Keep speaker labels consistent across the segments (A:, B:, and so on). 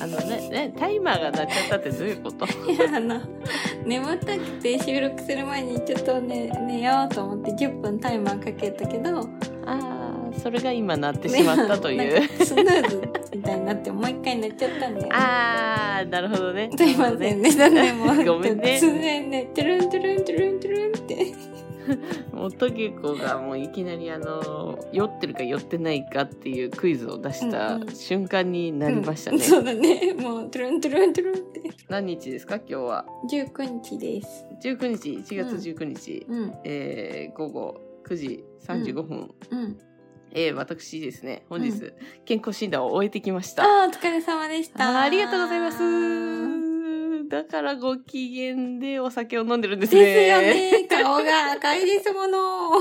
A: あのねねタイマーが鳴っちゃったってどういうこと
B: いやあの眠たくて収録する前にちょっとね寝ようと思って10分タイマーかけたけど
A: ああそれが今鳴ってしまったという、
B: なんかスヌーズみたいになってもう一回寝ちゃったんで
A: ああなるほどね
B: すいませんねだねもう
A: ごめんね
B: 突然ねトゥルントゥルントゥルントゥルンって
A: もうトゲ子がもういきなりあの酔ってるか酔ってないかっていうクイズを出した
B: うんうん
A: 瞬間になりました
B: うん
A: ね、
B: そうだねもうトゥルントゥルントゥルンって
A: 何日ですか今日は
B: 19日です
A: 19日1月19日、
B: うん
A: えー午後9時35分、
B: うん
A: えー私ですね本日、
B: う
A: 健康診断を終えてきました
B: あーお疲れ様でした
A: あありがとうございま。
B: です
A: だからご機嫌でお酒を飲んでるんですね。
B: すよね顔が赤いですもの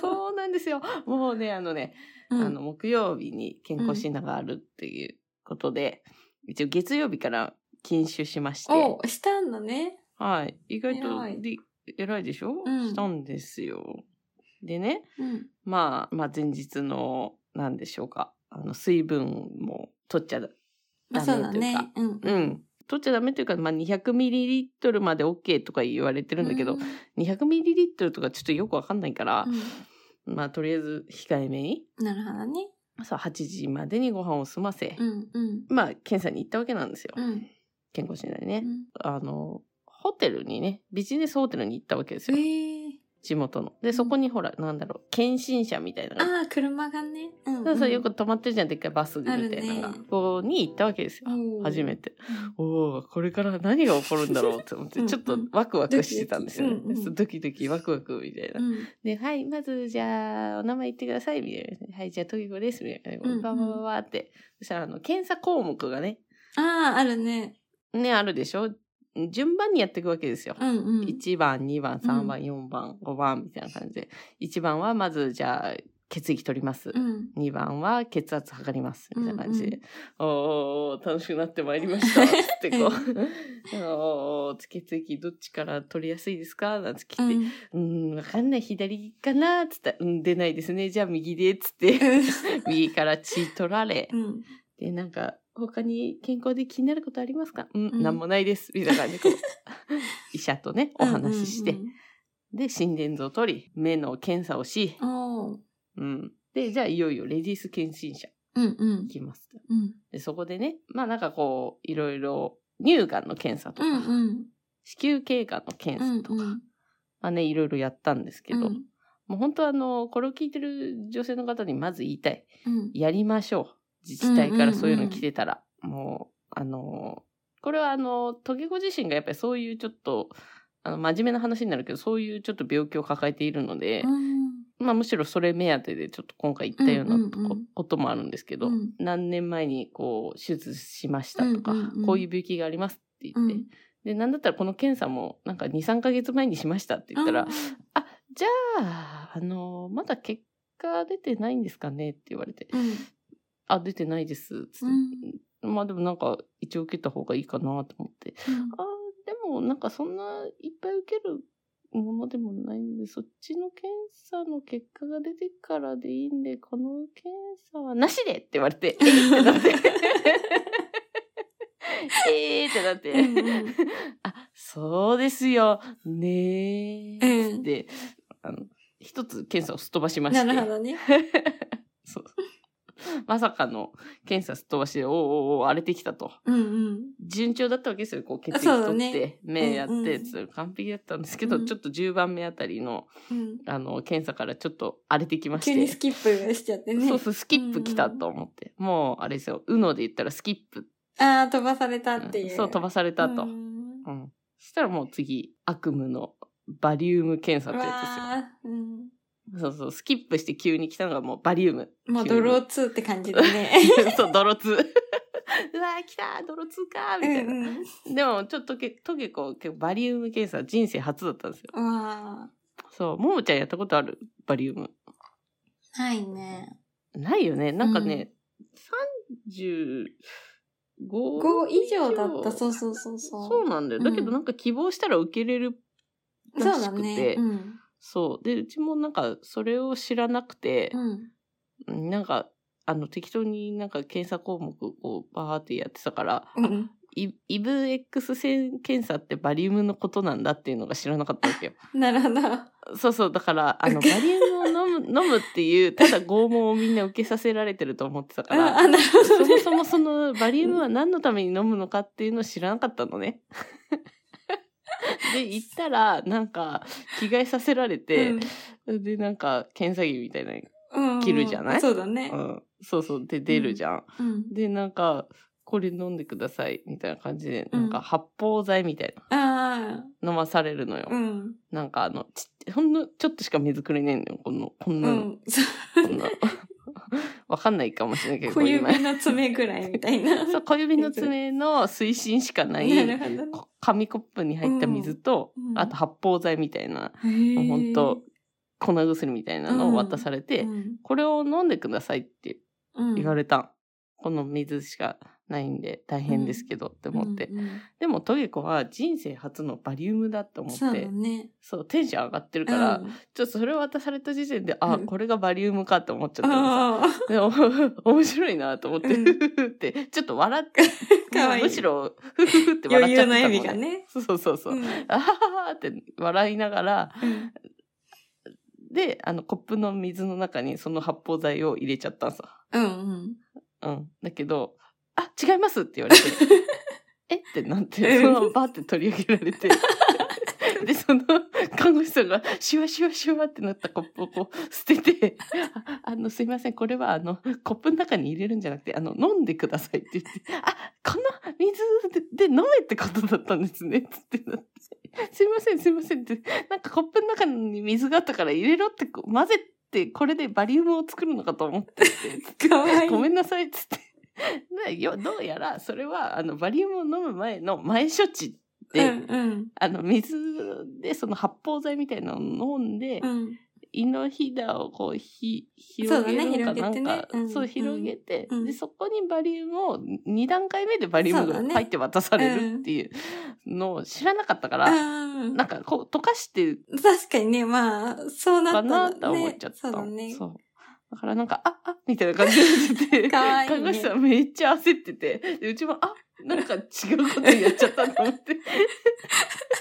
A: そうなんですよ。もうね、あのね、
B: うん
A: あの、木曜日に健康診断があるっていうことで、一応月曜日から禁酒しまして、
B: おしたのね
A: はい。意外と
B: 偉い
A: で偉いでしょ、
B: うん
A: したんですよ。でね、
B: うん
A: まあ、まあ前日の、なんでしょうか。あの、水分も取っちゃ
B: まあそうだね
A: ダメと
B: うん
A: うん。取っちゃダメというか、まあ、200ml まで OK とか言われてるんだけど、
B: うん
A: 200ml とかちょっとよくわかんないから、まあ、とりあえず控えめに、
B: うんなるほどね
A: 朝8時までにご飯を済ませ、
B: うんうん
A: まあ、検査に行ったわけなんですよ。
B: うん
A: 健康診断にね
B: う。ん
A: あの、ホテルにね、ビジネスホテルに行ったわけです
B: え
A: よ。
B: ー
A: 地元の。で、そこにほら、なんだろう、検診車みたいなのが。
B: ああ車がねうんうん
A: そうそう、よく止まってるじゃん、でっかいバスみたいなの
B: あ
A: が。
B: るね
A: ここに行ったわけですよ。
B: おー
A: 初めて。おおこれから何が起こるんだろうって思っ
B: う
A: て、
B: ん
A: ちょっとワクワクしてたんですよね。
B: ドキドキうんうん
A: ドキドキワクワクみたいな。
B: うん
A: で、はい、まずじゃあ、お名前言ってください、みたいな。はい、じゃあ、トゲ子です、みたい
B: うんう
A: な。
B: ん
A: バババババって。そしたら、あの、検査項目がね、
B: あああるね
A: ね、あるでしょ順番にやっていくわけですよ。
B: うんうん
A: 1番、2番、3番、
B: う
A: 4番、5番、みたいな感じで。1番は、まず、じゃあ、血液取ります。
B: うん
A: 2番は血圧測ります。みたいな感じで。
B: うんうん
A: おーおーおー楽しくなってまいりました。つって こう。おーおー血液どっちから取りやすいですかなんて
B: う
A: 聞いて。
B: ん
A: うん、わかんない。左かなつったら、うん、出ないですね。じゃあ右で。つっ て。右から血取られ
B: う。ん
A: で、なんか、他に健康で気になることありますかうん、
B: うん
A: なんもないです。みたいな感じで こう。医者とね、お話しして。
B: うん
A: で、心電図を取り、目の検査をし。
B: うんうんおー
A: うん。で、じゃあいよいよレディース検診者
B: うんうん
A: 行きます。
B: うん
A: で、そこでね、まあなんかこう、いろいろ乳がんの検査と
B: う
A: か、
B: んうん
A: 子宮頸がんの検査とか、
B: うんうん
A: まあね、いろいろやったんですけど、
B: うん
A: もう本当あの、これを聞いてる女性の方にまず言いたい。
B: うん
A: やりましょう。自治体からそういう
B: うんうんう
A: の
B: ん
A: 来てたら、もう、あの、これはあの、トゲ子自身がやっぱりそういうちょっと、あの、真面目な話になるけど、そういうちょっと病気を抱えているので、
B: うん
A: まあむしろそれ目当てでちょっと今回言ったようなとこ,、
B: うんうんうん
A: こともあるんですけど、
B: うん
A: 何年前にこう手術しましたとか、
B: うんうんうん
A: こういう病気がありますって言って、
B: うん
A: で、なんだったらこの検査もなんか2、3ヶ月前にしましたって言ったら、あ、じゃあ、あの、まだ結果出てないんですかねって言われて、
B: うん
A: あ、出てないです。つってまあでもなんか一応受けた方がいいかなと思って。
B: うん
A: あ、でもなんかそんないっぱい受けるものでもないんで、そっちの検査の結果が出てからでいいんで、この検査はなしでって言われ て、えーってなって。えーってなって。
B: う んうん
A: あ、そうですよ。ねえ。
B: うん
A: で、あの、一つ検査をすっ飛ばしまし
B: な
A: て。
B: るほどね
A: そう。まさかの検査すっ飛ばして、おうおうおう荒れてきたと。
B: うんうん
A: 順調だったわけですよ。こう血液
B: そうだ
A: 取
B: ね
A: って、目やって、
B: うんうん
A: それ完璧だったんですけど、
B: うん
A: ちょっと10番目あたりの、
B: うん
A: あの、検査からちょっと荒れてきまして。
B: 急にスキップしちゃってね
A: そうそう、スキップ来たと思って。もう、あれですよ、うので言ったらスキップ。
B: ああ飛ばされたっていう
A: そう、飛ばされたと。
B: う
A: うん。
B: ん
A: そしたらもう次、悪夢のバリウム検査
B: う
A: ってやつですよ。
B: わーうん
A: そうそう、スキップして急に来たのがもうバリウム。
B: もう
A: 急に
B: ドロー2って感じ だね
A: そう、泥 痛。うわー、来たー、泥痛かー、み
B: うん
A: たいな。
B: うん
A: でも、ちょっとけ、トゲコ、結構バリウム検査、人生初だったんですよ。
B: うわ
A: そう、ももちゃんやったことあるバリウム。
B: ーないね
A: ないよね。なんかね、35
B: 5以上だったそうそうそうそう
A: そうなんだよ。だけ
B: う
A: ど
B: ん
A: なんか希望したら受けれる。ら
B: そう
A: し
B: だ
A: く
B: ね
A: て
B: うん
A: そう。で、うちもなんか、それを知らなくて
B: う、ん
A: なんか、あの、適当になんか検査項目をバーってやってたから、
B: うん。
A: イイブ X 線検査ってバリウムのことなんだっていうのが知らなかったわけよ。
B: なるほど。
A: そうそう、だから、あの、バリウムを飲む、飲むっていう、ただ拷問をみんな受けさせられてると思ってたか
B: うん
A: ら、
B: あ、なるほ
A: そ
B: ど
A: も
B: ね。
A: そもそのバリウムは何のために飲むのかっていうのを知らなかったのね。で、行ったら、なんか、着替えさせられて、で、なんか、検査着みたいな、
B: うん、うん
A: 切るじゃない
B: そうだね
A: う。ん、そうそう、で、出るじゃん。
B: うん。
A: で、なんか、これ飲んでください、みたいな感じで、
B: うん
A: なんか発泡剤みたい
B: あ
A: な、飲まされるのよ。
B: あ、うん。
A: なんかあの、ちっほんのちょっとしか水くれないのよ、この、こん
B: う
A: なの。
B: ん。そ
A: こ
B: う
A: んな。 わかんないかもしれないけど、
B: 小
A: 今
B: 指の爪ぐらいみたいな。
A: そう小指の爪の水深しかな
B: なる
A: い、
B: ほどね。
A: こ紙コップに入った水と、
B: うんうん
A: あと発泡剤みたいな、
B: へー
A: ほんと、粉薬みたいなのを渡されて、
B: うん
A: これを飲んでくださいって
B: うん
A: 言われたん。この水しかないんで大変ですけどって思って。
B: うんうん
A: でもトゲ子は人生初のバリウムだって思って、
B: そう
A: そう,、
B: だね。
A: テンション上がってるから、
B: うん
A: ちょっとそれを渡された時点で、あ、
B: うん
A: これがバリウムかって思っちゃったのさ。
B: ああ、
A: でも、 面白いなと思って、
B: うん
A: ふふふって、ちょっと笑 って、
B: かわいい
A: むしろ、ふふふって
B: 余
A: 笑っちゃ
B: 裕
A: ってたもん、
B: の
A: ね。
B: 意味がね。
A: そうそうそうそう。
B: うん
A: あはははって笑いながら、で、あの、コップの水の中にその発泡剤を入れちゃったんさ。
B: うん
A: うん。だけど、あ、違いますって言われて、えってなって、
B: うん
A: そのままバーって取り上げられて。で、その、看護師さんが、シュワシュワシュワってなったコップをこう、捨てて、ああの、すいません、これはあの、コップの中に入れるんじゃなくて、あの、飲んでくださいって言って、あ、この水でで飲めってことだったんですね、つってなって。すいません、すいませんって、なんかコップの中に水があったから入れろってこう混ぜて、これでバリウムを作るのかと思ってて、
B: うん。かわいい。
A: ごめんなさいっつって。 でよどうやらそれはあのバリウムを飲む前の前処置で、
B: うんうん
A: あの水でその発泡剤みたいなのを飲んで、
B: うん
A: 胃のひだをこうひ
B: そう
A: 広
B: だ
A: げ
B: ね
A: るのかなんか
B: 広げてねうん
A: そう広げて、
B: うん
A: でそこにバリウムを2段階目でバリウム
B: そう
A: が
B: だね
A: 入って渡されるっていうのを知らなかったから、
B: うん
A: なんかこう溶かして
B: 確かにね、まあ、そうな
A: か
B: った
A: な
B: ら
A: と思っちゃった。
B: そうだね。
A: そうだからなんか、あ、あ、みたいな感じにな ってて、
B: かわいいね
A: 看護師さんめっちゃ焦ってて、でうちも、あ、なんか違うことやっちゃったと思って。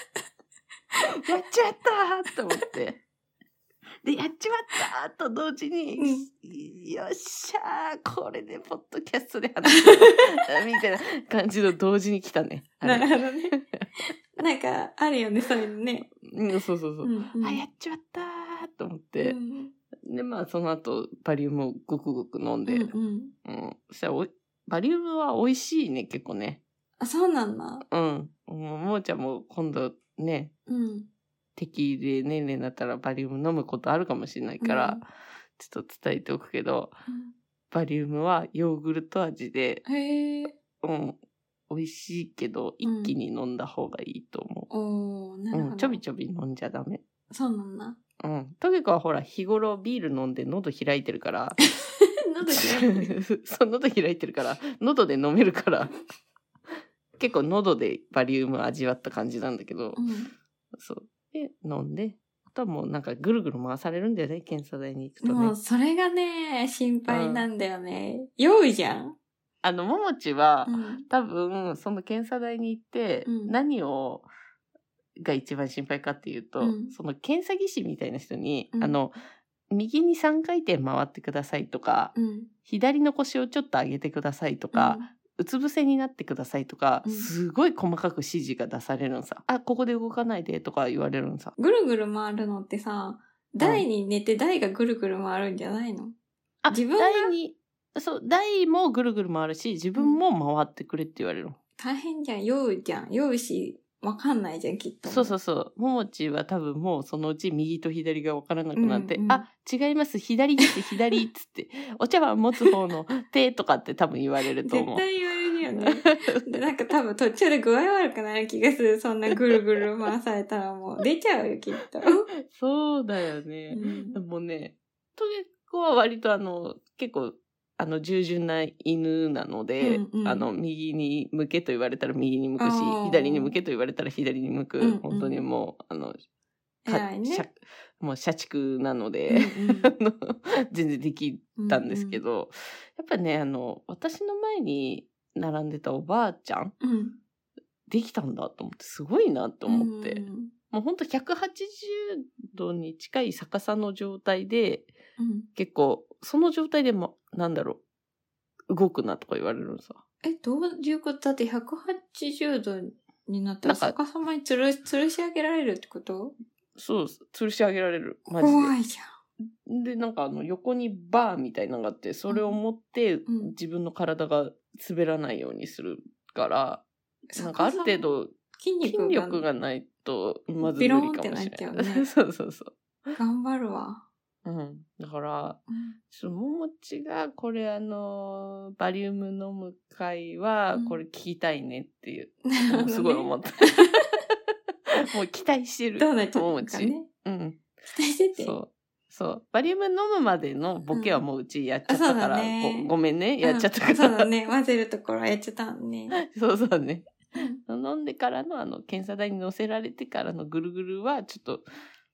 A: やっちゃったーと思って。で、やっちまったーと同時に、よっしゃーこれでポッドキャストで話すみたいな感じの同時に来たね。あれ
B: なるほどね。 なんか、あるよね、そういうのね。
A: うん、そうそうそう。
B: うんうん
A: あ、やっちまったーと思って。
B: うん
A: で、まあ、その後、バリウムをごくごく飲んで、
B: う
A: うんん。
B: うん
A: そしたらおい、バリウムは美味しいね、結構ね。
B: あ、そうなんだ。
A: うん。もう、もーちゃんも今度ね、
B: うん。
A: 適齢年齢になったらバリウム飲むことあるかもしれないから、
B: うん
A: ちょっと伝えておくけど、バリウムはヨーグルト味で、
B: へえ。
A: うん、美味しいけど、一気に飲んだ方がいいと思
B: おー、な
A: う。
B: る
A: う
B: ほ
A: ん、
B: ど。
A: ちょびちょび飲んじゃダメ。
B: そうなんだ。
A: うん。とにかくはほら、日頃ビール飲んで喉開いてるから、
B: 喉開いてる
A: そう喉開いてるから喉で飲めるから結構喉でバリウム味わった感じなんだけど、
B: うん
A: そうで飲んであとはもうなんかぐるぐる回されるんだよね検査台に行くと
B: も
A: ね
B: う、それがね、心配なんだよね。酔うじゃん。
A: あのももちは、
B: うん。
A: 多分その検査台に行って、
B: うん
A: 何をが一番心配かっていうと、
B: うん
A: その検査技師みたいな人に、
B: うん
A: あの右に3回転回ってくださいとか
B: うん。
A: 左の腰をちょっと上げてくださいとか、うつ伏せになってくださいとか、
B: うん
A: すごい細かく指示が出されるのさ。あ、ここで動かないでとか言われるのさ。
B: ぐるぐる回るのってさ、台に寝て台がぐるぐる回るんじゃないの
A: あ、
B: 自分が
A: 台に、そう、台もぐるぐる回るし、自分も回ってくれって言われるの。
B: 大変じゃん。酔うじゃん。酔うし、わかんないじゃん、きっと。
A: そうそうそう。ももちは多分もうそのうち右と左がわからなくなって、
B: うんうん
A: あ、違います、左です、左っつって、お茶碗持つ方の手とかって多分言われると思
B: 絶
A: う。
B: 対言われるよ ね。で、なんか多分途中で具合悪くなる気がする。そんなぐるぐる回された らもう出ちゃうよ、きっと。
A: そうだよ
B: う
A: ね。
B: ん
A: もうね、トゲ子は割とあの、結構、あの、従順な犬なので、
B: うんうん
A: あの、右に向けと言われたら右に向くし
B: あー、
A: 左に向けと言われたら左に向く、
B: うんうん
A: 本当にもう、あの、か
B: 偉いね
A: しゃもう社畜なの
B: うん
A: で、
B: うん
A: あの全然できたんですけど、やっぱね、あの、私の前に並んでたおばあちゃん、
B: うん。うん。
A: できたんだと思って、すごいなと
B: と
A: 思って。もうほんと180度に近い逆さの状態で、
B: うん。
A: 結構、その状態でも、なんだろう、動くなとか言われるのさ。
B: え、どういうことだって180度になったら
A: なん
B: 逆さまに吊る吊るし上げられるってこと
A: そうです、吊るし上げられる。マジで。
B: 怖いじ
A: で、なんかあの横にバーみたいなのがあって、それを持って
B: うん
A: 自分の体が滑らないようにするから、
B: ゃん。
A: なんかある程
B: 逆さ
A: 度
B: ま筋
A: 筋力
B: 力
A: が
B: が
A: ないと、まず無
B: ビ
A: 理
B: ロ
A: か
B: ーン
A: もし
B: っ
A: れ
B: てなっ
A: な
B: ちゃ
A: い。
B: う ね
A: そうそうそ
B: 頑張るわ。
A: う。うん。だから、
B: うん
A: ちょっとももちがこれあの、バリウム飲む会は
B: うん
A: これ聞きたいねっていう、
B: なるほどね
A: すごい思った。 もう期待してる。
B: どうなっちゃ
A: も
B: う
A: も
B: のか
A: ち。
B: ね。
A: うん。
B: 期待してて。
A: そう。そう。バリウム飲むまでのボケはもううちやっちゃったから、
B: うんあそうだね
A: ごごめんね。やっちゃったか
B: うんそう
A: ら。
B: だね。混ぜるところはやっちゃったんね。
A: そうそうね。
B: うん
A: 飲んでからの、あの、検査台に乗せられてからのぐるぐるは、ちょっと、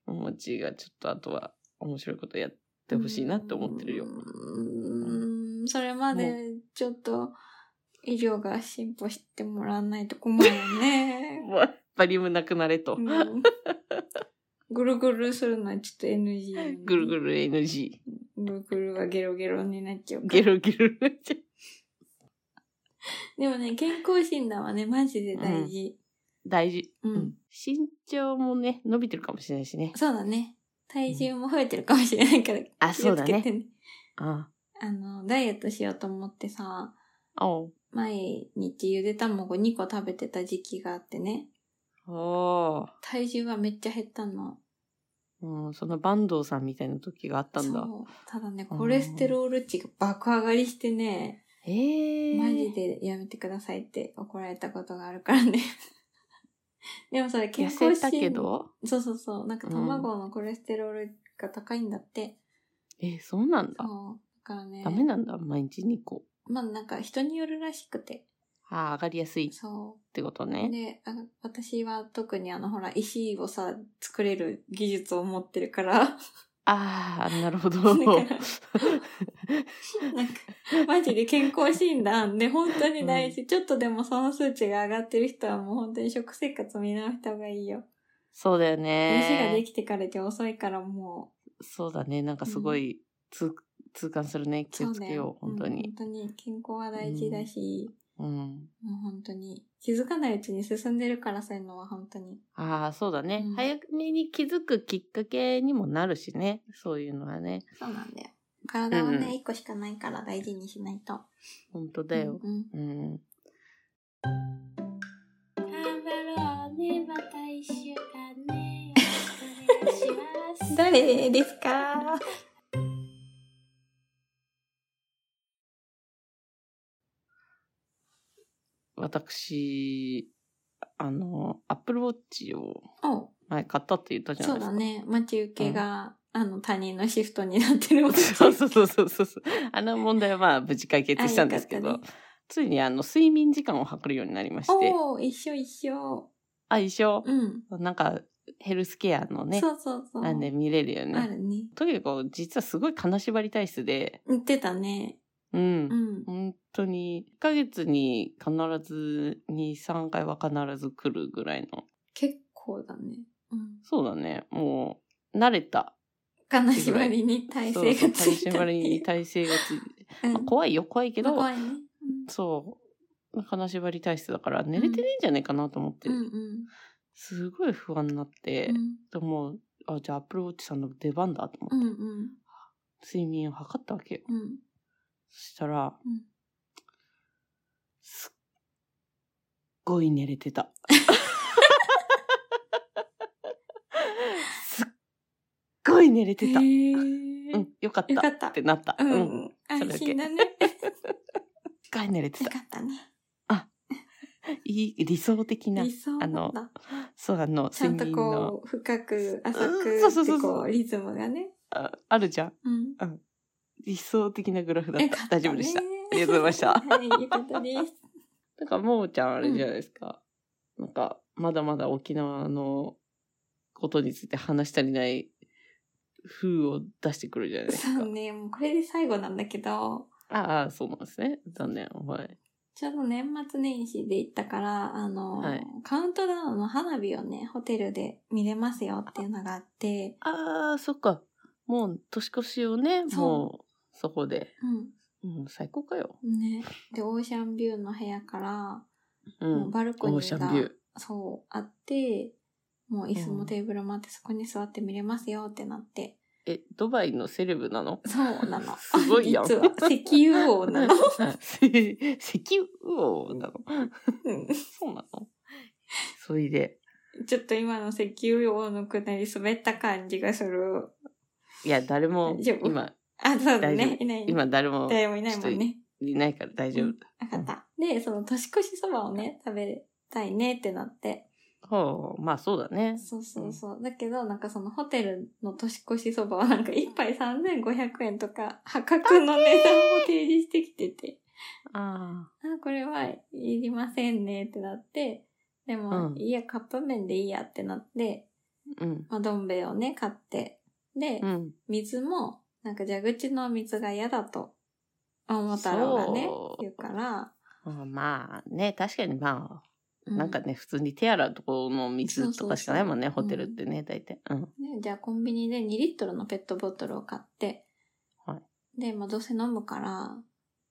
A: お餅がちょっと、あとは、面白いことやってほしいなって思ってるよ
B: う。ーん。それまで、ちょっと、医療が進歩してもらわないと困るよ ね。
A: もうバリウムなくなれと
B: う。んぐるぐるするのはちょっと NG よね。
A: ぐるぐる NG。
B: ぐるぐるはゲロゲロになっちゃうから
A: ゲロゲロ。
B: でもね、健康診断はね、マジで大事。
A: 大事。
B: うん。
A: 身長もね、伸びてるかもしれないしね。
B: そうだね。体重も増えてるかもしれないから、
A: あ、
B: 気
A: そ
B: を
A: う
B: つ
A: だ
B: け
A: ね
B: て。ね。
A: あ
B: あの、ダイエットしようと思ってさ、
A: あ。おう
B: 毎日ゆで卵2個食べてた時期があってね、
A: おう
B: 体重はめっちゃ減ったの。
A: うん、その坂東さんみたいな時があったんだ。
B: そう。ただね、
A: うん
B: コレステロール値が爆上がりしてね、
A: えー、
B: マジでやめてくださいって怒られたことがあるからね。 でもそれ
A: 痩
B: 健康
A: せた
B: 診
A: けど
B: そうそうそう。なんか
A: うん
B: 卵のコレステロールが高いんだって。
A: えそうなんだ、
B: そう。だからね。
A: ダメなんだ毎日2個
B: まあなんか人によるらしくて。
A: あー上がりやすいっ
B: そう。
A: てことね
B: であ私は特にあのほら石をさ作れる技術を持ってるから
A: ああなるほど
B: だ からなんかマジで健康診断で本当に大事、ちょっとでもその数値が上がってる人はもう本当に食生活見直した方がいいよ
A: そうだよ
B: 飯がで
A: ね
B: きてからじゃ遅いからも
A: そうだねなんかすごい痛,、痛感するね
B: う
A: 気をつ
B: そう
A: け
B: だよ
A: よう本当
B: うん
A: に
B: 本当に健康は大事だし、
A: うん、
B: もう本当に気づかないうちに進んでるからそういうのは本当に
A: ああそうだね、
B: うん
A: 早めに気づくきっかけにもなるしねそういうのはね
B: そうなんだよ体はね、
A: うんうん
B: 一個しかないから大事にしないと
A: 本当だよ
B: うんうん
A: うん、
B: 頑張ろうね、また一週間ね。お願いします。誰ですか
A: 私あのアップルウォッチを
B: お
A: 前買ったって言ったじゃない
B: そ
A: うです
B: だ
A: か
B: ね。待ち受けが、あの、他人のシフトになってるもん ね
A: そうそうそうそうそうそう。あの問題はまあ無事解決したんですけ
B: あ
A: ど、
B: よかったね
A: ついにあの睡眠時間を測るようになりまして、
B: おお一緒一緒。
A: あ、一緒、
B: うん。
A: なんかヘルスケアのね、
B: そうそうそう。
A: なんで見れるよ
B: あ
A: ね。
B: るね。
A: とにかく実はすごい金縛り体質で、
B: 言ってたね。
A: うん。
B: うん。
A: 本当に、1ヶ月に必ず2、3回は必ず来るぐらいの。
B: 結構だね。うん。
A: そうだね。もう、慣れた。
B: 金縛りに体勢がつい
A: そうそう金
B: た
A: 縛
B: って
A: り
B: い
A: に
B: う。
A: 体勢がついて。
B: うん
A: まあ怖いよ、怖いけど、
B: 怖いね。うん
A: そう。金縛り体質だから寝れてねえんじゃねえかなと思って、
B: うんうん
A: すごい不安になって、
B: うん
A: でもう、あ、じゃあ Apple Watch さんの出番だと思って、
B: うんうん
A: 睡眠を測ったわけよ。
B: うん
A: そしたら、
B: うん
A: すっごい寝れて た。すっごい寝れてた。
B: へ
A: う
B: ー
A: ん、よかっ
B: よか
A: た。
B: った
A: ってなった。
B: う
A: うん、すっ
B: ん。安心 だね。
A: ごい寝れて
B: よ
A: た。
B: かったね。
A: いい、理想的な
B: 理、想だ
A: あ
B: っ
A: の
B: た。
A: そう、あの、
B: ちゃん
A: 睡
B: と
A: 眠の、
B: こう、深く、浅
A: そう
B: く
A: そ
B: っ
A: うそう
B: て
A: そう
B: こう、リズムがね。
A: ああるじゃん。
B: うん。
A: 理想的なグラフだっ
B: よ
A: た。
B: かった
A: 大
B: ね
A: 丈夫でした。ありがとうございました。
B: はい、よかったです。
A: なんか、ももちゃんあれじゃないですか。なんか、まだまだ沖縄のことについて話したりない風を出してくるじゃないです
B: そ
A: か
B: う。ね、もうこれで最後なんだけど、
A: ああ、そうなんですね。残念。はい。
B: ちょうど年末年始で行ったから、あの、
A: はい
B: カウントダウンの花火をね、ホテルで見れますよっていうのがあって、
A: ああ、そっか。もう年越しをね、
B: そう
A: もうそこで。
B: う
A: うん、最高かよ。
B: ん。ね。で、オーシャンビューの部屋から、
A: う。
B: もうんバルコニ
A: オーシ
B: ー
A: ャンビュ
B: が
A: ー。
B: そうあって、もう椅子
A: う
B: も
A: ん
B: テーブルもあって、そこに座って見れますよってなって。
A: え、ドバイのセレブな の
B: そうなの。
A: すごいやん
B: 実は石油王なの。
A: せ石油王なの
B: うん
A: そうなのそれで。
B: ちょっと今の石油王のくだり滑った感じがする。
A: いや、誰も
B: 大丈夫
A: 今、
B: あ、そうだ
A: 大丈
B: ね。
A: 夫
B: いない。
A: 今誰も
B: 誰もいないもんね。
A: いないから大丈夫だ。
B: わかった。で、その年越しそばをね、食べたいねってなって。
A: ほう、まあそうだね。
B: そうそうそう。だけど、なんかそのホテルの年越しそばはなんか1杯3500円とか破格の値段を提示してきてて。
A: あ
B: あ、これはいりませんねってなって、でも、
A: うん
B: いいや、カップ麺でいいやってなって、
A: あ、うん。
B: まあ、どん兵衛をね、買って、で、
A: うん。
B: 水も、なんか蛇口の水が嫌だと、桃太郎がね
A: そ、う
B: 言うから、
A: まあまあね、確かにまあ、
B: う
A: なんか、ね、普通に手洗うところの水とかしかないもんね、
B: そうそう
A: ホ
B: そう
A: テルってね、大体。うん。
B: ねじゃあコンビニで2リットルのペットボトルを買って、
A: は
B: で、まあ、どうせ飲むから、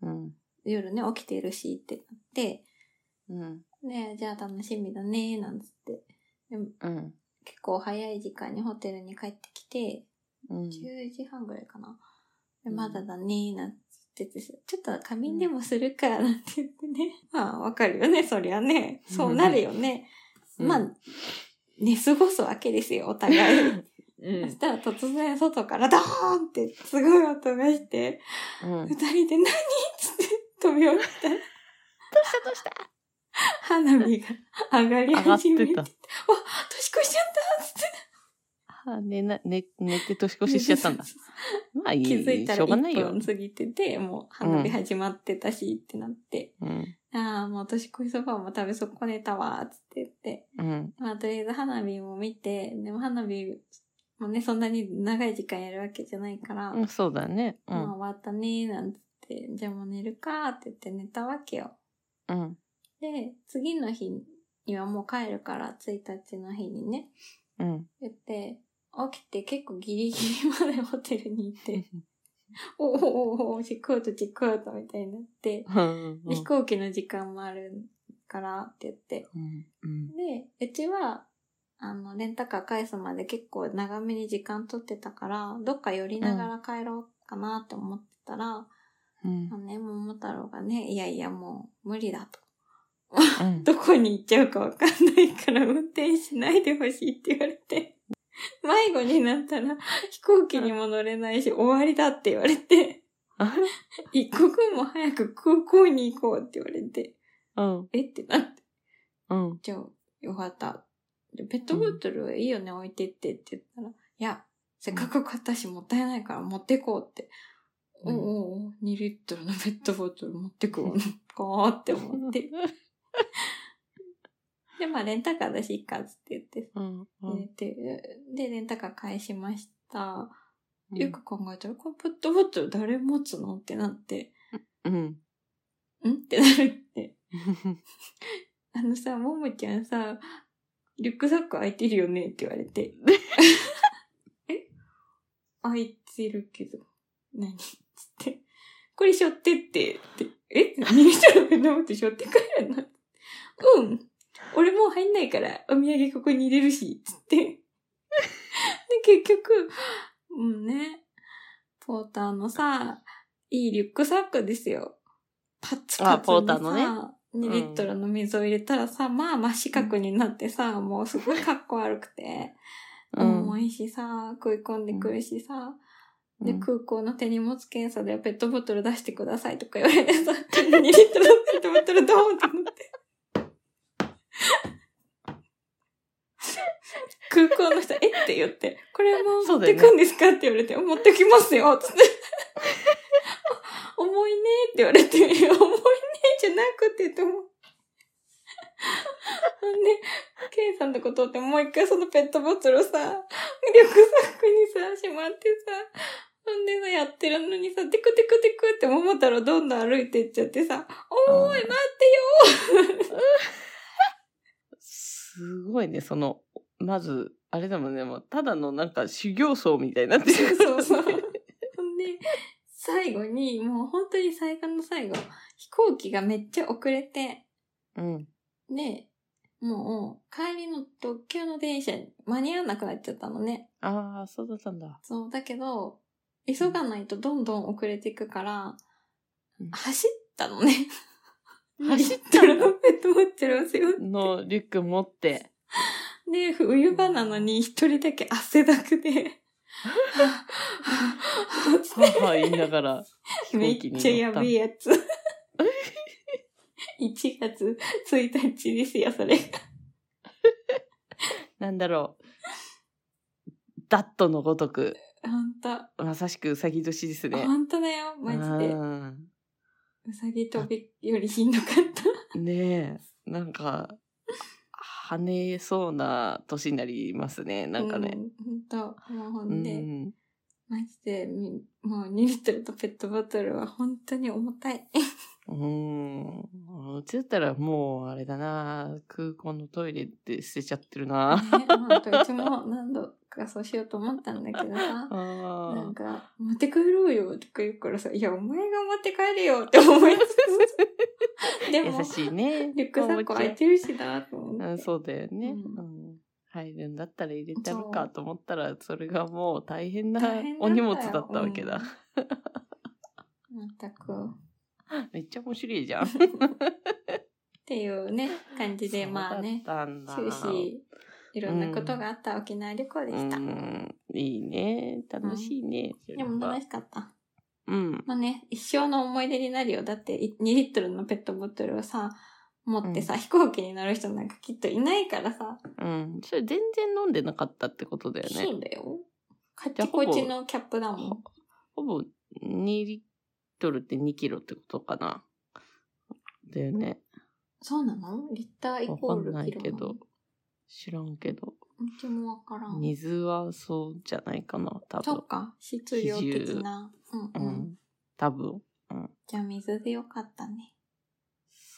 A: うん。
B: 夜ね、起きてるしってなって、
A: うん。
B: ねじゃあ楽しみだね、なんつって。でも
A: うん。
B: 結構早い時間にホテルに帰ってきて、
A: うん。
B: 10時半ぐらいかな。で
A: うん
B: まだだねーなんて言ってて、ちょっと仮眠でもするか、なんて言ってね。 まあ、わかるよね、そりゃね。そうなるよね。
A: うん
B: まあ、寝過ごすわけですよ、お互い。
A: う
B: そ
A: ん
B: し。たら突然外からドーンってすごい音がして、
A: うん。どう
B: 二
A: し
B: 人で何っつって飛び降りたら
A: たどうした
B: 花火が上がり始めて、
A: 上
B: わ、
A: が
B: 年
A: っ
B: 越しちゃったっつって。
A: あ寝な、寝、寝て年越ししちゃ ったんだ。まあいい、
B: 気づいた
A: し
B: ら
A: ょうがない
B: 1
A: よ。
B: 分過ぎてて、もう花火始まってたし、ってなって。
A: うん。
B: ああ、もう年越しそばも食べ損ねたわ、つって言って。
A: うん。
B: まあ、とりあえず花火も見て、でも花火もね、そんなに長い時間やるわけじゃないから、
A: うん、そうだね。う
B: まあ
A: ん。
B: 終わったね、なんつって、じゃあもう寝るか、って言って寝たわけよ。
A: うん。
B: で、次の日にはもう帰るから、1日の日にね、
A: うん。
B: 言って、起きて結構ギリギリまでホテルに行って、おおおおお、チェックアウトチェックアウトみたいになって、
A: うん。
B: で飛行機の時間もあるからって言って、
A: うん。うん。
B: で、うちは、あの、レンタカー返すまで結構長めに時間取ってたから、どっか寄りながら帰ろうかなって思ってたら、
A: うん
B: あのね、桃太郎がね、いやいやもう無理だと。
A: うん。
B: どこに行っちゃうかわかんないから運転しないでほしいって言われて、迷子になったら飛行機にも乗れないし終わりだって言われて、一刻も早く空港に行こうって言われて、
A: うん。
B: えってなって。
A: うん。
B: じゃあ、よかった。でペットボトルいいよね、置いてってって言ったら、いや、せっかく買ったし、もったいないから持ってこうって。お
A: う
B: うんおうおう、2リットルのペットボトル持ってく わ、かーって思って。で、まあ、レンタカーだし、いっか、つって言って、
A: うん。
B: 入れて、で、レンタカー返しました。よく考えたら、これペットボトル誰持つのってなって、
A: うん。
B: んってなるって。あのさ、ももちゃんさ、リュックサック開いてるよねって言わ れて。え開いてるけど、何つって。これ背負ってって、って。えミニシャルペンのって背負って帰るのうん。俺もう入んないから、お土産ここに入れるし、つって。で、結局、もうね、ポーターのさ、いいリュックサックですよ。パツパツにさ
A: あポーターのね
B: 2リットルの水を入れたらさ、まあ真四角になってさ、もうすごいかっこ悪くて、 重いしさ、食い込んでくるしさ、で、空港の手荷物検査でペットボトル出してくださいとか言われてさ、2リットルのペットボトルドーンってなって。空港の人、えって言って、これも持ってくんですかって言われて、持ってきますよつって。 重いねって言われて、重いねじゃなくて、と思う。ほんで、ケイさんのことってもう一回そのペットボトルをさ、リュックサックにさ、しまってさ、ほんでさ、やってるのにさ、テクテクテクって桃太郎どんどん歩いてっちゃってさ、おーい、待ってよ
A: すごいね、その、まず、あれだもんね、もうただのなんか修行僧みたいになってる
B: そうそう。ほんで、最後に、もう本当に最後の最後、飛行機がめっちゃ遅れて、
A: うん。
B: で、もう、帰りの特急の電車に間に合わなくなっちゃったのね。
A: ああ、そうだったんだ。
B: そう、だけど、急がないとどんどん遅れていくから
A: うん、
B: 走ったのね。
A: 走ったの
B: トランペット持ってるすよ。
A: の、リュック持って。
B: で、冬場なのに一人だけ汗だくで、 はぁはぁはぁつって
A: はは言いながら、飛
B: め
A: 行
B: っ
A: 機
B: ちゃ
A: に乗
B: や
A: った
B: べえ。やつ。1月1日ですよ、それ。
A: なんだろう。ダットのごとく、
B: ほんと。
A: まさしくうさぎ年ですね。
B: ほんとだよ、マジで。
A: うん
B: うさぎ飛びよりひんどかった。
A: ねえ、なんか、跳ねそうな年になりますね、なんかね。
B: うん。ほんと。もうほ
A: うん
B: で、
A: ん。
B: マジで、みもう2リットルとペットボトルは本当に重 たい。
A: うん。うちだったらもう、あれだな、空港のトイレって捨てちゃってるな。
B: ね、ほんと、うちも何度かそうしようと思ったんだけどさ。な
A: あ
B: んか、持って帰ろうよとか言うからさ、いや、お前が持って帰れよって思いつつ。で
A: ー
B: も
A: 優、しいね。
B: リュックサック
A: お家
B: 開いてるしなと思って。
A: うん、そうだよね、
B: うん
A: うん入るんだったら入れてやる
B: そ
A: か
B: う
A: と思ったら、それがもう大変な
B: 大変な
A: お
B: んだ
A: 荷
B: よ
A: 物だったわけだ。
B: まったく。っ
A: めっちゃ面白いじゃん。
B: ていうね、感じで、まあね、
A: そうだったんだ
B: 終始、いろんなことがあった沖縄旅行で
A: う
B: した。
A: ん、いいね。楽しいね。
B: でも楽しかった。
A: うん。
B: まあね、一生の思い出になるよ。だって、い2リットルのペットボトルをさ、持ってさ、飛行機に乗る人なんかきっといないからさ、
A: うん。それ全然飲んでなかったってことだよ
B: そ
A: ね。
B: うだよ。カッチコチのキャップだもん
A: ほ。ほぼ2リットルって2キロってことかな。だよね。
B: そうなのリッターイ
A: わ
B: コ
A: か
B: ー
A: ん
B: ル
A: ない
B: キロ
A: け
B: なの
A: ど。知らんけど。
B: うちもわからん。
A: 水はそうじゃないかな、多
B: そ
A: 分
B: う。か、質量的な。
A: う
B: う
A: ん
B: うん。
A: ん。多分。
B: じゃあ水でよかったね。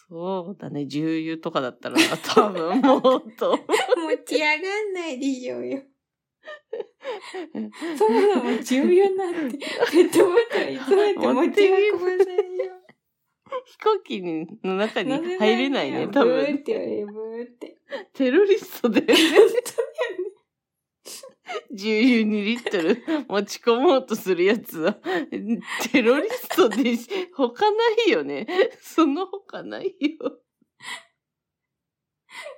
A: そうだね。重油とかだったら、多 分もっと。
B: 持ち上がんないでしょ うよ。そもそも重要なんて、ペットボトルいつまで持ち運ばないよ。
A: 飛行機の中に入れない ね、多
B: ブー
A: 分
B: っ。てよりブーって。
A: テロリストだよね。
B: 本
A: 重油2リットル 持ち込もうとするやつは、テロリストでし、他ないよね。その他ないよ。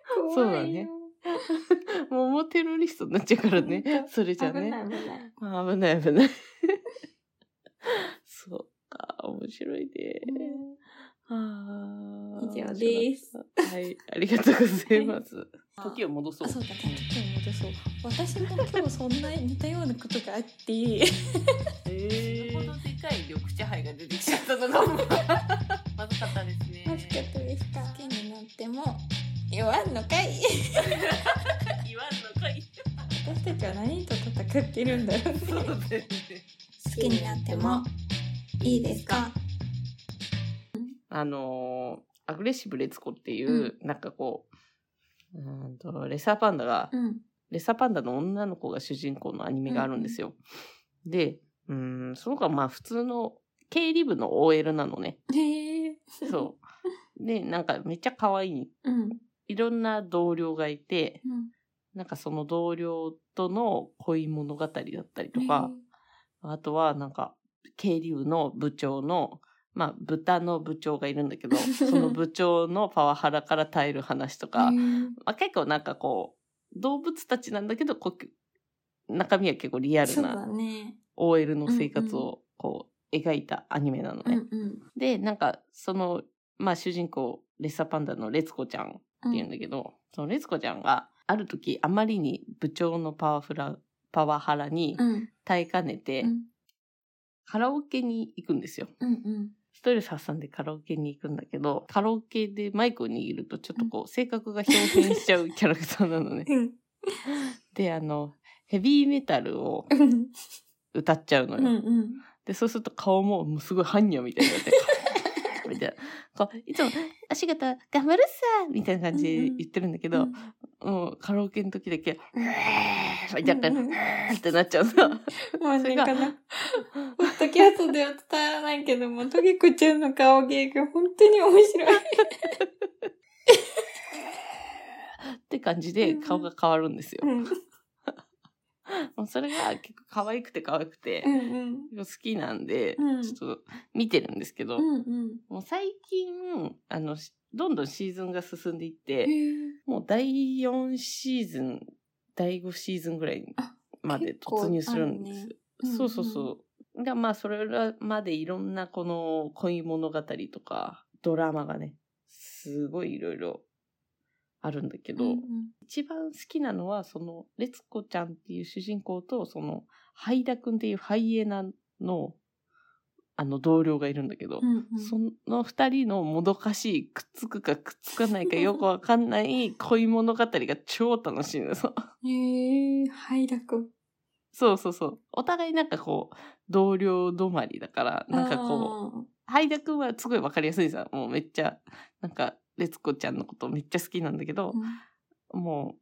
B: 当に
A: そう
B: 怖
A: だ
B: いよ
A: ね。桃テロリストになっちゃうからね。それじゃ
B: 危
A: ね
B: な。い危ない。
A: まあ危ない危ない。 そうか、面白いね。あー
B: 以上です。
A: 面白かったはい、ありがとうございます。時を戻そう。
B: そうだ、時を戻そう。私も今日そんな似たようなことがあって、
A: えよほどでかい緑茶杯が出てきちゃったの かも。まずかったですね。
B: まずかったでした。好きになっても、弱んのかい
A: 言わんのかい。
B: 私たちは何と戦ってるんだろうね。
A: そうだよね。
B: 好きになってもいいですか
A: あのーアグレッシブレツコっていう、なんかこう、うーんと、レッサーパンダが、
B: うん
A: レッサーパンダの女の子が主人公のアニメがあるんですよ。で、うーん、その子はまあ普通の経理部の OL なのね。
B: へえ
A: そう。で、なんかめっちゃ可愛い。
B: うん
A: いろんな同僚がいて、
B: うん
A: なんかその同僚との恋物語だったりとか、あとはなんか、経理部の部長の、まあ、豚の部長がいるんだけ ど、その部長のパワハラから耐える話とか、
B: へえ
A: まあ、結構なんかこう、動物たちなんだけど、こう中身は結構リアル
B: そうだ
A: な
B: ね
A: OL の生活をこう描いたアニメなの
B: うん
A: ね。
B: うん
A: で、なんかその、まあ主人公、レッサーパンダのレツコちゃんっていうんだけど、そのレツコちゃんがある時あまりに部長のパワフラ、パワハラに
B: うん
A: 耐えかねて、
B: うん
A: カラオケに行くんですよ。
B: うんうん
A: ストレス発散でカラオケに行くんだけど、カラオケでマイクを握るとちょっとこう、性格が表現しちゃうキャラクターなのね。
B: うん
A: で、あの、ヘビーメタルを
B: うん
A: 歌っちゃうの
B: う
A: よ。
B: んうん。
A: で、そうすると顔ももうすごい般若みたいになって、みたいな。こう、いつも、お仕事頑張るさみたいな感じで言ってるんだけど、もうカラオケの時だけ、うーみたいな
B: うんう
A: う
B: ん
A: ーってなっちゃうの。
B: もう
A: そ
B: な
A: れ
B: ん
A: が
B: かな、ポッドキャストでは伝わらないけども、トゲコちゃんの顔芸が本当に面白い。
A: って感じで顔が変わるんですよ。
B: うん
A: もうそれが結構可愛くて可愛くて
B: う、ん
A: 好きなんで、
B: うん
A: ちょっと見てるんですけど、
B: うん。うんうん。
A: もう最近、あの、しどんどんシーズンが進んでいって、
B: へ
A: もう第4シーズン、第5シーズンぐらい
B: あ
A: まで
B: 結構
A: 突入するんです。
B: あるねうんうん
A: そうそうそう。がまあそれらまでいろんなこの恋物語とかドラマがね、すごいいろいろあるんだけど、
B: うん
A: 一番好きなのはその、レツコちゃんっていう主人公とその、ハイダくんっていうハイエナのあの同僚がいるんだけど、
B: うんうん
A: その二人のもどかしい、くっつくかくっつか ないかよくわかんない恋物語が超楽しいの。そう
B: へえ、はいだこ。
A: そうそうそう。お互いなんかこう、同僚止まりだから、なんかこう、ハイダ君はすごいわかりやすいさ。もうめっちゃ、なんか、レツコちゃんのことめっちゃ好きなんだけど
B: あー、うん。
A: も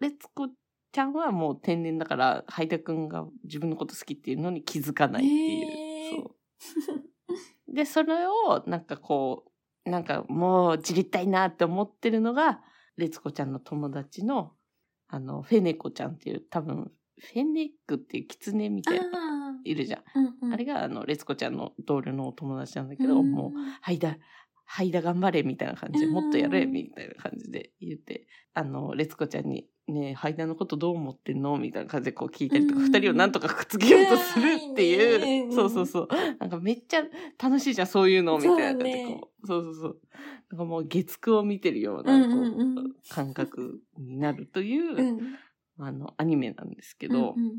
A: う、レツコちゃんはもう天然だから、ハイダ君が自分のこと好きっていうのに気づかないっていう。
B: へー
A: そうで、それを、なんかこう、なんかもう、じりったいなって思ってるのが、レツコちゃんの友達の、あの、フェネコちゃんっていう、多分、フェネックっていう狐みたいな、
B: あー
A: いるじゃん。
B: うんうん。
A: あれ
B: が
A: が、あの、レツコちゃんの同僚のお友達なんだけど、もう、はいだ、はいだ頑張れみたいな感じで、
B: うん
A: もっとやれみたいな感じで言って、あの、レツコちゃんに、ねえ、はいだのことどう思ってんのみたいな感じでこう聞いたりとか、
B: う
A: 二、
B: ん
A: 人をなんとかくっつけようとするって
B: うわー
A: い
B: いいね
A: う、そうそうそう。なんかめっちゃ楽しいじゃん、そういうの、みたいな感じでこう。そうそうそう。なんかもう月9を見てるような、こう、
B: うんうんうん
A: 感覚になるという、
B: うん。
A: あの、アニメなんですけど、
B: うんうん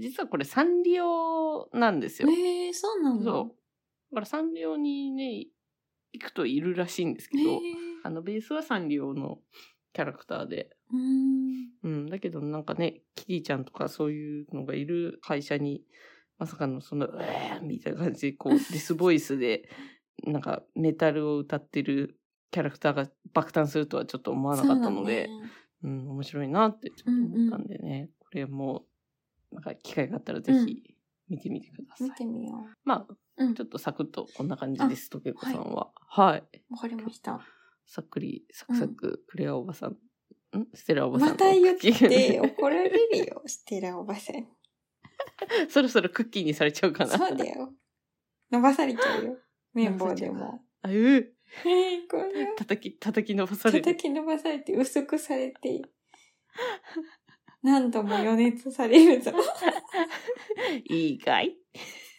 A: 実はこれサンリオなんですよ。
B: へえ、そうなんだ。
A: そう。だからサンリオにね、行くといるらしいんですけ
B: へ
A: ど
B: え、。
A: あの、ベースはサンリオのキャラクターで。
B: うん。
A: うん、だけどなんかね、キティちゃんとかそういうのがいる会社に、まさかのその、うえーみたいな感じで、 こう、デスボイスで、なんかメタルを歌ってるキャラクターが爆誕するとはちょっと思わなかったので、
B: そうだね
A: うん、面白いなってちょっと思ったんでね、これも、なんか機会があったらぜ
B: うん
A: ひ見てみてください。
B: 見てみよう。
A: まあ、
B: うん
A: ちょっとサクッとこんな感じです、とけこさんは。はい、
B: わかりました。
A: さっくり、サクサク、クレアおばさん。んステラおばさん。
B: また言って。怒られるよ、ステラおばさんに。
A: そろそろクッキーにされちゃうかな。
B: そうだよ。伸ばされちゃうよ。綿棒で
A: 伸ば
B: も。
A: あ、う
B: ええ、これは
A: 叩き、叩き伸ばされ
B: 叩
A: る。
B: き伸ばされて、薄くされて、何度も予熱されるぞ。
A: いいかい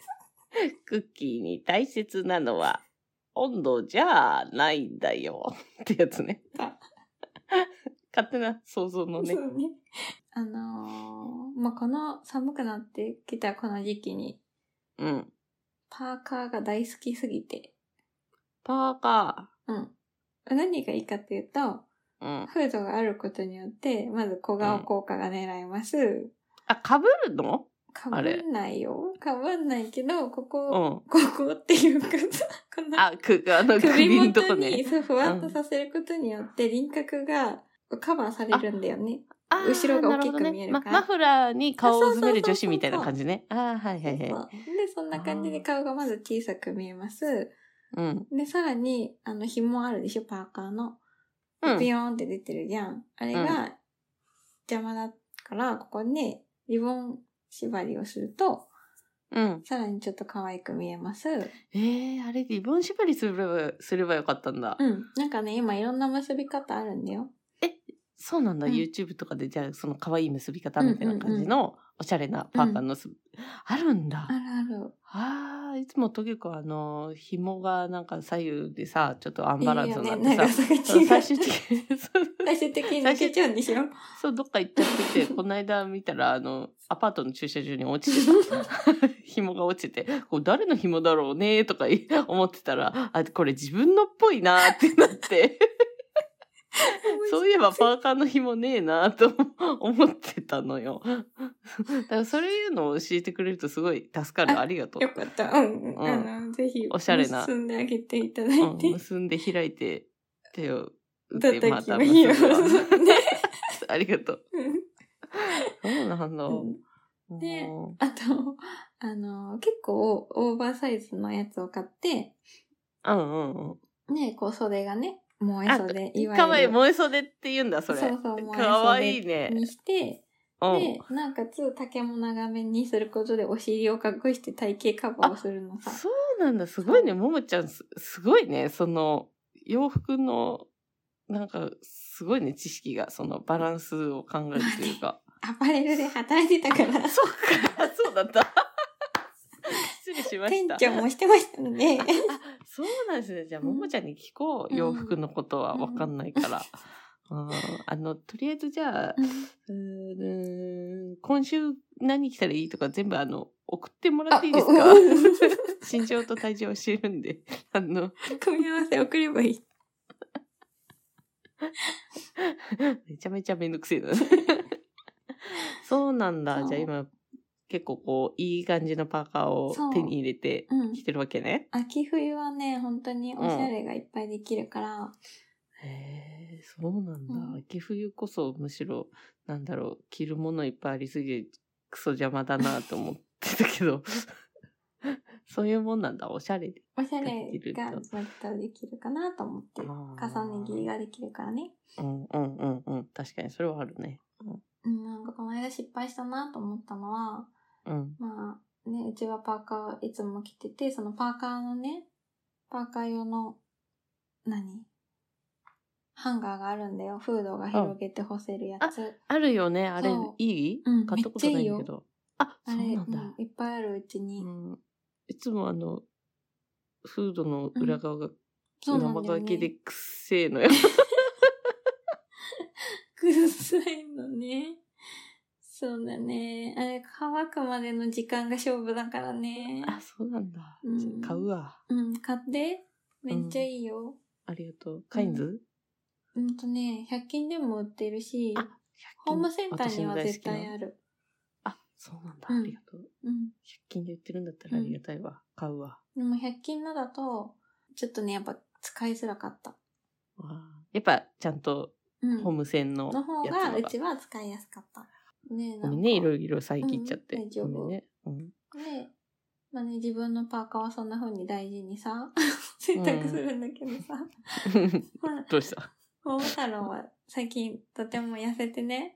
A: クッキーに大切なのは温度じゃないんだよ。 ってやつね
B: あ。
A: 勝手な想像のね。
B: そうね。あのー、まあ、この寒くなってきたこの時期に、
A: うん。
B: パーカーが大好きすぎて、
A: パーカ
B: うん。何がいいかっていうと、
A: ー。うん。
B: フードがあることによって、まず小顔効果が狙えます。
A: あ、かぶるの
B: か
A: あ
B: ぶ
A: れ
B: んないよ。かぶんないけど、ここ、
A: うん。
B: ここっていうかさ、 この
A: あ、く、あの、
B: 首
A: 首のと
B: 元
A: こ
B: に
A: ね。
B: そうふわっとさせることによって輪郭がカバーされるんだよね。
A: あー
B: 後ろが大きく
A: なほど
B: 見え
A: ね
B: る
A: ま
B: から
A: マフラーに顔を詰める女子みたいな感じね。ああー、はいはい
B: そ
A: は
B: うで、そんな感じで顔がまず小さく見えます。
A: い。うん。
B: で、さらに、あの、紐あるでしょ、パーカーの。
A: うん
B: ビヨーンって出てるじゃん。あれが邪魔だから、ここにリボン縛りをすると、
A: うん。
B: さらにちょっと可愛く見えます。う
A: ええー、あれリボン縛りすれば、すればよかったんだ。
B: ん。なんかね、今いろんな結び方あるんだよ。
A: そうなんだ、
B: うん
A: YouTube とかで、じゃあ、その可愛い結び方みたいな感じの、おしゃれなパーカーのす、あるんだ
B: あ。るある。
A: ああ、いつもとげこあの、紐がなんか左右でさ、ちょっとアン
B: いい
A: バランス
B: よ
A: にな
B: ね、
A: ってさ、
B: 長さ
A: そう
B: が違う。
A: 最終的に、そう
B: 最終的に抜けちゃうんでしょ
A: そう、どっか行っちゃってて、この間見たら、あの、アパートの駐車場に落ちてた。紐が落ちてて、これ誰の紐だろうねとかい思ってたら、あ、これ自分のっぽいなってなって、
B: 面
A: そういえばパーカーの紐ねえなと思ってたのよ。だからそういうのを教えてくれるとすごい助かる。
B: あ
A: ありがとう
B: よ。かった。うん。
A: ん
B: あの、ぜひ、
A: おしゃれな
B: 進んであげていただ
A: う
B: い
A: ん
B: て、
A: 結んで開いて手を打っ
B: 叩
A: て
B: き
A: また
B: の
A: 結
B: 日を。
A: ぶわ。
B: ね。
A: ありがとう。
B: うん
A: そうなんだ。
B: で
A: うん
B: あと、あの、結構オーバーサイズのやつを買って、
A: うんうんうん。
B: ね、こう袖がね、萌え袖、いわゆる。
A: かわいい、萌え袖って言うんだ、それ。
B: そうそう萌え袖
A: かわいいね。
B: にして、
A: うん。
B: で、なおかつ丈も長めにすることでお尻を隠して体型カバーをするのさ。
A: そうなんだ。すごいね。
B: そ
A: ももちゃんす、すごいね。その、洋服の、なんか、すごいね、知識が、その、バランスを考えるという か。
B: アパレルで働いてたから、
A: そうか、そうだった。失礼しまし
B: 店
A: た。
B: 長もしてましたので、
A: そうなんですね。じゃあ、
B: うん
A: ももちゃんに聞こう。
B: うん
A: 洋服のことはわかんない から。うん、あの、とりあえずじゃあ、うーん今週何着たらいいとか全部あの、送ってもらっていいです
B: あう ん
A: か身長と体重を教えるんで。あの、
B: 組み合わせ送ればいい。
A: めちゃめちゃめんどくせえな。そうなんだ。
B: そう
A: じゃあ今、結構こう、いい感じのパーカーを
B: そう
A: 手に入れて
B: うん
A: 着。てるわけね。
B: 秋冬はね、本当におしゃれがいっぱいできるから、
A: へえ、そうなんだ。
B: うん
A: 秋冬こそむしろ、なんだろう、着るものいっぱいありすぎて、クソ邪魔だなと思ってたけ ど、そういうもんなんだ。おしゃれで。
B: おしゃれがずっとできるかなと思って、重ね着ができるからね。
A: うんうんうんうん。確かにそれはあるね。
B: うん、なんかこの間失敗したなと思ったのは、
A: うん。
B: まあね、うちはパーカーいつも着てて、そのパーカーのね、パーカー用の、何ハンガーがあるんだよ。フードが広げて干せるやつ。
A: あるよね、あれ
B: そう。
A: いい、
B: うん
A: 買ったことないんだけど。あ、
B: あ
A: そう
B: れ、
A: なんだ
B: う、んいっぱいあるうちに。
A: うんいつもあの、フードの裏側が、
B: そうなん
A: 生
B: だよ
A: 乾きで
B: ね。
A: くっせえのよ。
B: くさいのね。そうだね。あれ、乾くまでの時間が勝負だからね。
A: あ、そうなんだ。
B: うん
A: 買うわ。
B: うん、買って。めっちゃいいよ。
A: ありがとう。カインズ、
B: うんとね、100均でも売ってるし、
A: あ
B: ホームセンターには絶
A: 私の大好き
B: 対
A: な
B: ある。
A: あ、そうなんだ。
B: うん
A: ありがとう。
B: うん。
A: 100均で売ってるんだったらありがたいわ。買うわ。
B: でも100均のだと、ちょっとね、やっぱ使いづらかった。
A: わあやっぱ、ちゃんと、
B: うん。
A: ホームセンのや
B: の
A: つ
B: 方
A: のが
B: が、うちは使いやすかった。ねえ、
A: ご
B: な
A: めん
B: ん
A: ね、い
B: か
A: ろいろ最近言っちゃって。
B: うん大丈夫
A: ごめんね。うん。
B: で、まあね、自分のパーカーはそんな風に大事にさ、 選択するんだけどさ、ほら、
A: どうした
B: 桃太郎は最近とても痩せてね、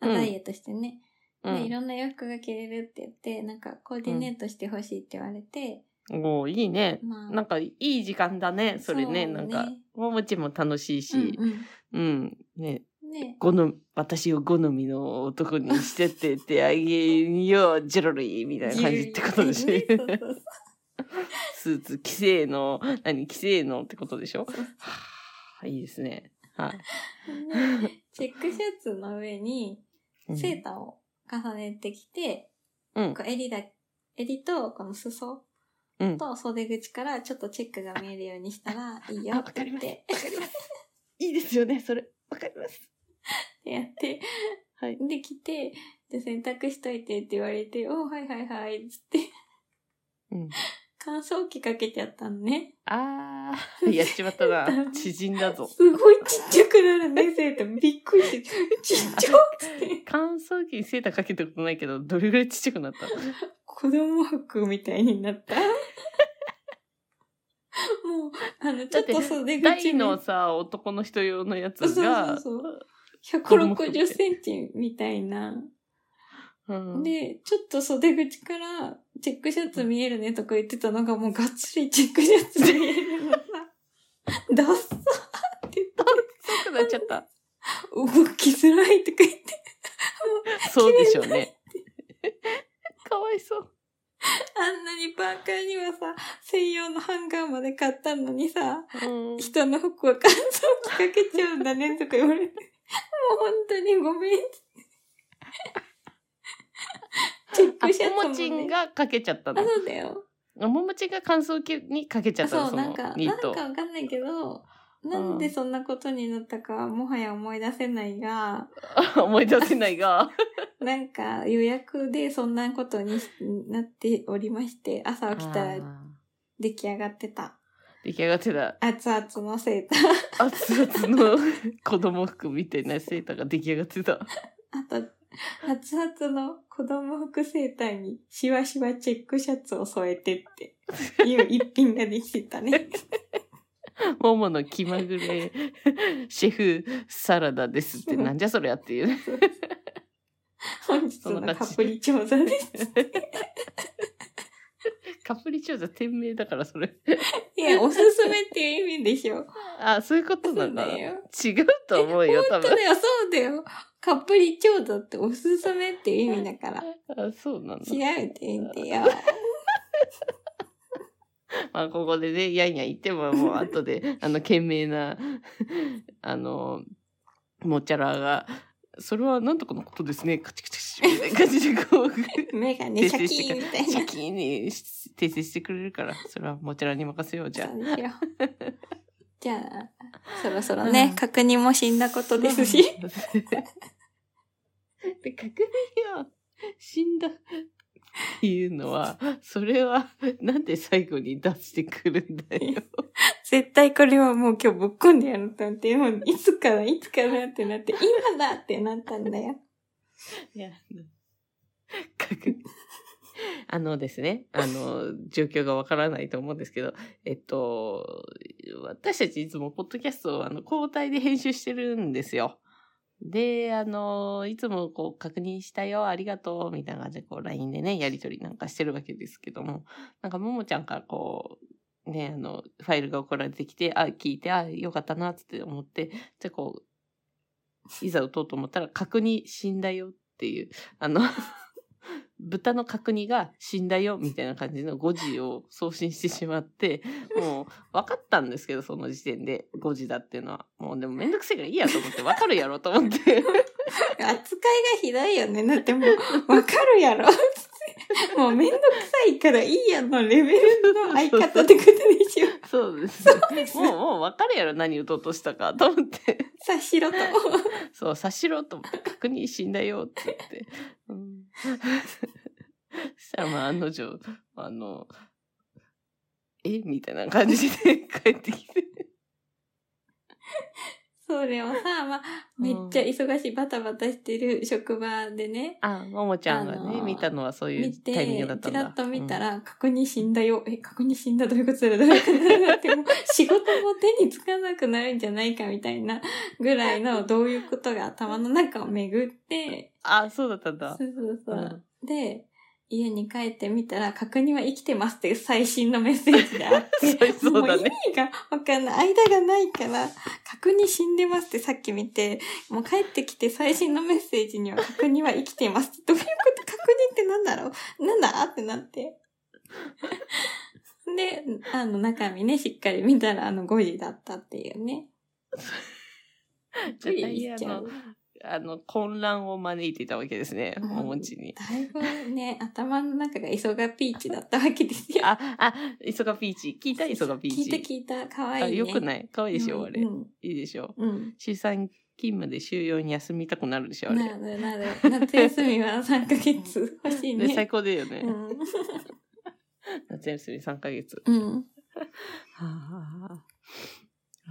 B: あ
A: うん
B: ダイエットしてね、
A: う
B: で、い
A: ん。
B: ろんな洋服が着れるって言って、なんかコーディネートしてほしいって言われて、
A: おーいいね。
B: まあ、
A: なんか、いい時間だね、それね。
B: そう
A: な
B: ね
A: んか、ももちも楽しいし、
B: うん
A: うん、ね、
B: うん、ね、
A: 好み、私を好みの男にしてってってあげんよ、ジロリーみたいな感じってことでしょ
B: ねそうそうそう
A: スーツ、規制の、何、規制のってことでしょ
B: そう
A: はぁ、いいですね。はい。
B: ねチェックシャツの上に
A: うん
B: セーターを重ねてきて、
A: うん
B: こ。う襟だ、襟とこの裾
A: うん。
B: と袖口からちょっとチェックが見えるようにしたらいいよ
A: あわ
B: って
A: かり
B: 言っ
A: ます。わか
B: て、
A: ります。 いいですよね、それ。わかります。
B: ってやって、
A: はい。
B: できて、じゃあ洗濯しといてって言われて、おうはいはいはい、つって、
A: うん。
B: 乾燥機かけちゃったのね。
A: あー、やっちまった な。縮んだぞ。
B: すごいちっちゃくなるね、セーター。びっくり して、ちっちゃく て。
A: 乾燥機にセーターかけたことないけど、どれぐらいちっちゃくなったの
B: 子供服みたいになった。も う、あの、ちょっと袖口
A: 大
B: に
A: のさ、男の人用のやつ
B: そ
A: が、
B: うそう160センチみたいな。
A: うん、
B: で、ちょっと袖口からチェックシャツ見えるねとか言ってたのがもうがっつりチェックシャツ見えるの さ。ダッサーって言っ
A: 太くなっちゃ った。
B: て、動きづらいとか言って、
A: そうでしょう ね。かわいそう。
B: あんなにパーカーにはさ、専用のハンガーまで買ったのにさ、
A: うん
B: 人の服は乾燥機かけちゃうんだねとか言われて、もう本当にごめんって。チェッ
A: あ、
B: クシャツも、
A: も
B: ね。
A: もちんがかけちゃった
B: あ、
A: の。
B: そうだよ。
A: ももちんが乾燥機にかけちゃったの、
B: そう、
A: そ
B: な
A: の
B: んか、なん
A: ニッ
B: か
A: ト。
B: わかんないけど、なんでそんなことになったか、もはや思い出せないが、
A: 思い出せない が。
B: なんか予約でそんなことにしなっておりまして、朝起きた
A: あ
B: ら
A: ー
B: 出来上がってた。
A: 出来上がってた。
B: 熱々のセーター。
A: 熱々の 子供服みたいなセーターが出来上がってた。
B: あと、熱々の子供服セーターにシワシワチェックシャツを添えてっていう一品ができてた ね。
A: モモの気まぐ れシェフサラダですって、なんじゃそりゃっていう。
B: 本日のカプリ調査です。
A: カプリチョーザ店名だからそれ。
B: いや、おすすめっていう意味でしょ。
A: あ、そういうこと
B: そ
A: な
B: うん
A: だ。
B: だ
A: 違
B: よ。
A: うと思うよ、多
B: 本当
A: 分。
B: だよ、そうだよ。カプリ調査っておすすめっていう意味だから。
A: あそうなんだ
B: 調。べてみてよ。
A: まあ、ここでね、やんやん言っても、 もう後で、あの、懸命な、あの、もちゃらが、それはなんとかのことですね、カチカチカチみたいな感じでこう、
B: 目が ね、
A: 訂
B: シャ
A: 正
B: キ
A: してく
B: ーンみ
A: れ
B: たい
A: シ
B: な
A: ャ。キーンに訂正してくれるから、それはもちゃらに任せよう、じゃあ。
B: そう ですよじゃあ、そろそろ
A: う
B: ね
A: ん、
B: 確認も死んだことですし。
A: で確認は死んだっていうのはそれはなんで最後に出してくるんだよ。
B: 絶対これはもう今日ぶっこんでやると思って、もういつかな、いつかなってなって、今だってなったんだよ。
A: いや確認あのですねあの状況がわからないと思うんですけどえっと私たちいつもポッドキャストをあの交代で編集してるんですよ。で、あの、いつもこう、確認したよ、ありがとう、みたいな感じで、こう、LINE でね、やりとりなんかしてるわけですけども、なんか、ももちゃんからこう、ね、あの、ファイルが送られてきて、あ、聞いて、あ、よかったな、つって思って、じゃあこう、いざ打とうと思ったら、確認死んだよっていう、あの、豚の角煮が死んだよみたいな感じの誤字を送信してしまってもう分かったんですけどその時点で誤字だっていうのはもうでもめんどくせえからいいやと思って分かるやろと思って
B: 扱いがひどいよね。だってもう、わかるやろ。もうめんどくさいからいいやのレベルの相方ってことでしょ。
A: そうです
B: です
A: もうもう分かるやろ何打とうとしたかと思って
B: さしろと。
A: そう察しろと思って確認死んだよって言って、うん、そしたらまあ案の定あのえみたいな感じで帰ってきて
B: それをさ、まあ、めっちゃ忙しい、バタバタしてる職場でね、
A: あ、ももちゃんがね、
B: あのー
A: 見たのはそうい
B: 見
A: うタイミングだ
B: て
A: っ、た
B: ち
A: んだ。
B: らっと見た
A: うん、
B: ら、確認死んだよ。え、確認死んだどういうことだろうどうい うことだろうって、もう仕事も手につかなくなるんじゃないかみたいなぐらいの、どういうことが頭の中を巡って、
A: あ、 そうだったん
B: そう
A: だ。
B: そうそう。
A: うん
B: で、家に帰ってみたら、確認は生きてますっていう最新のメッセージがあって、
A: そうそうだね
B: もう意味がわかんない。間がないから、確認死んでますってさっき見て、もう帰ってきて最新のメッセージには確認は生きてますって。どういうこと確認ってなんだろうなんだってなって。 で、あの中身ね、しっかり見たらあの5時だったっていうね。
A: じゃあダイヤの、あの、混乱を招いていたわけですね、
B: うん
A: ももちに。
B: だいぶね、頭の中が急がピーチだったわけですよ。
A: あ、あ、イソガピーチ。聞いたイソガピーチ。
B: 聞いた聞いた、可愛い
A: あ、
B: ね。。
A: よくないい可愛いでしょ、あれ。
B: う
A: い
B: ん。
A: いでしょ。
B: うん。
A: 週3勤務で週4に休みたくなるでしょ、あ
B: な
A: れ。
B: るなる。夏休みは3ヶ月欲しいね。
A: ね、 最高だよね。
B: うん。
A: 夏休み3ヶ月。
B: うん。
A: はあはあは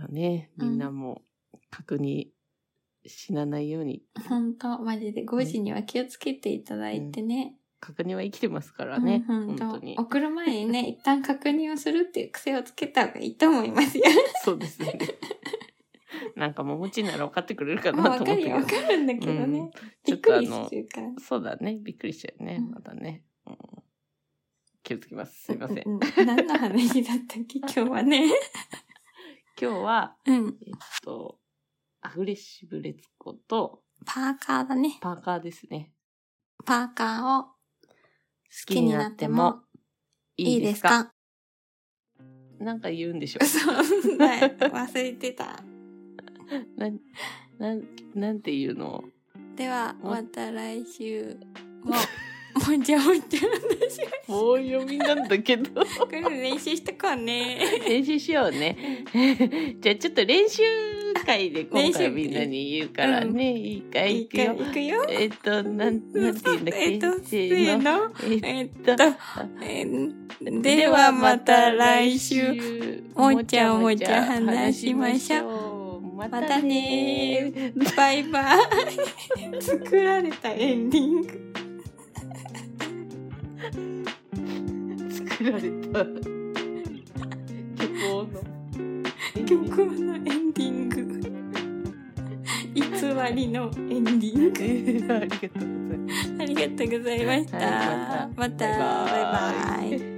A: あ、ね、みんなも、確認、死なないように、
B: ほんと、マジで5時には気をつけていただいてね。
A: 確認は生きてますからね、
B: うんほん
A: 本
B: と
A: 当に。
B: 送る前にね、一旦確認をするっていう癖をつけた方がいいと思いますよ。
A: そうです ね。なんか桃ちなら分かってくれるか
B: まあ
A: なと
B: わ
A: 思
B: か
A: って
B: るよ、わかるんだけどね。
A: うんち
B: び
A: ょ
B: っ
A: っ
B: く
A: とあ
B: り
A: の
B: す、るから。
A: そうだね。びっくりしちゃうね
B: う。ん
A: またね、うん気をつけます。すいません。
B: うう。何の話だったっ け今日はね。
A: 今日は、
B: うん。
A: えっと、アグレッシブレツコと
B: パーカーだね。
A: パーカーですね。
B: パーカーを
A: 好きになってもいいですかなんか言うんでしょ
B: そう だよ忘れてた。
A: なん、なん、なんて言うの
B: では、
A: お
B: また来週も。もじゃもじゃ私が。
A: 棒読みなんだけど。
B: これ練習したかね。
A: 練習しようね。じゃあちょっと練習会で今
B: 練習
A: 回みんなに言うからね。いいかい
B: い
A: いくよ。
B: いくよ。
A: えっと、 なん、なんて言うんだっけ
B: えっと、せ
A: せー
B: ー
A: の。
B: の。
A: え
B: えっ
A: っと
B: と、えーではまた来週。。もちゃもちゃ話しまし
A: ょう。ま
B: またねバイバイ。作られたエンディング。
A: 作られた。 曲をの。
B: 曲のエンディング偽りのエンディン
A: ありがとうございます。
B: グありがとうございました、
A: はいま
B: また
A: バイバイ
B: バイバイ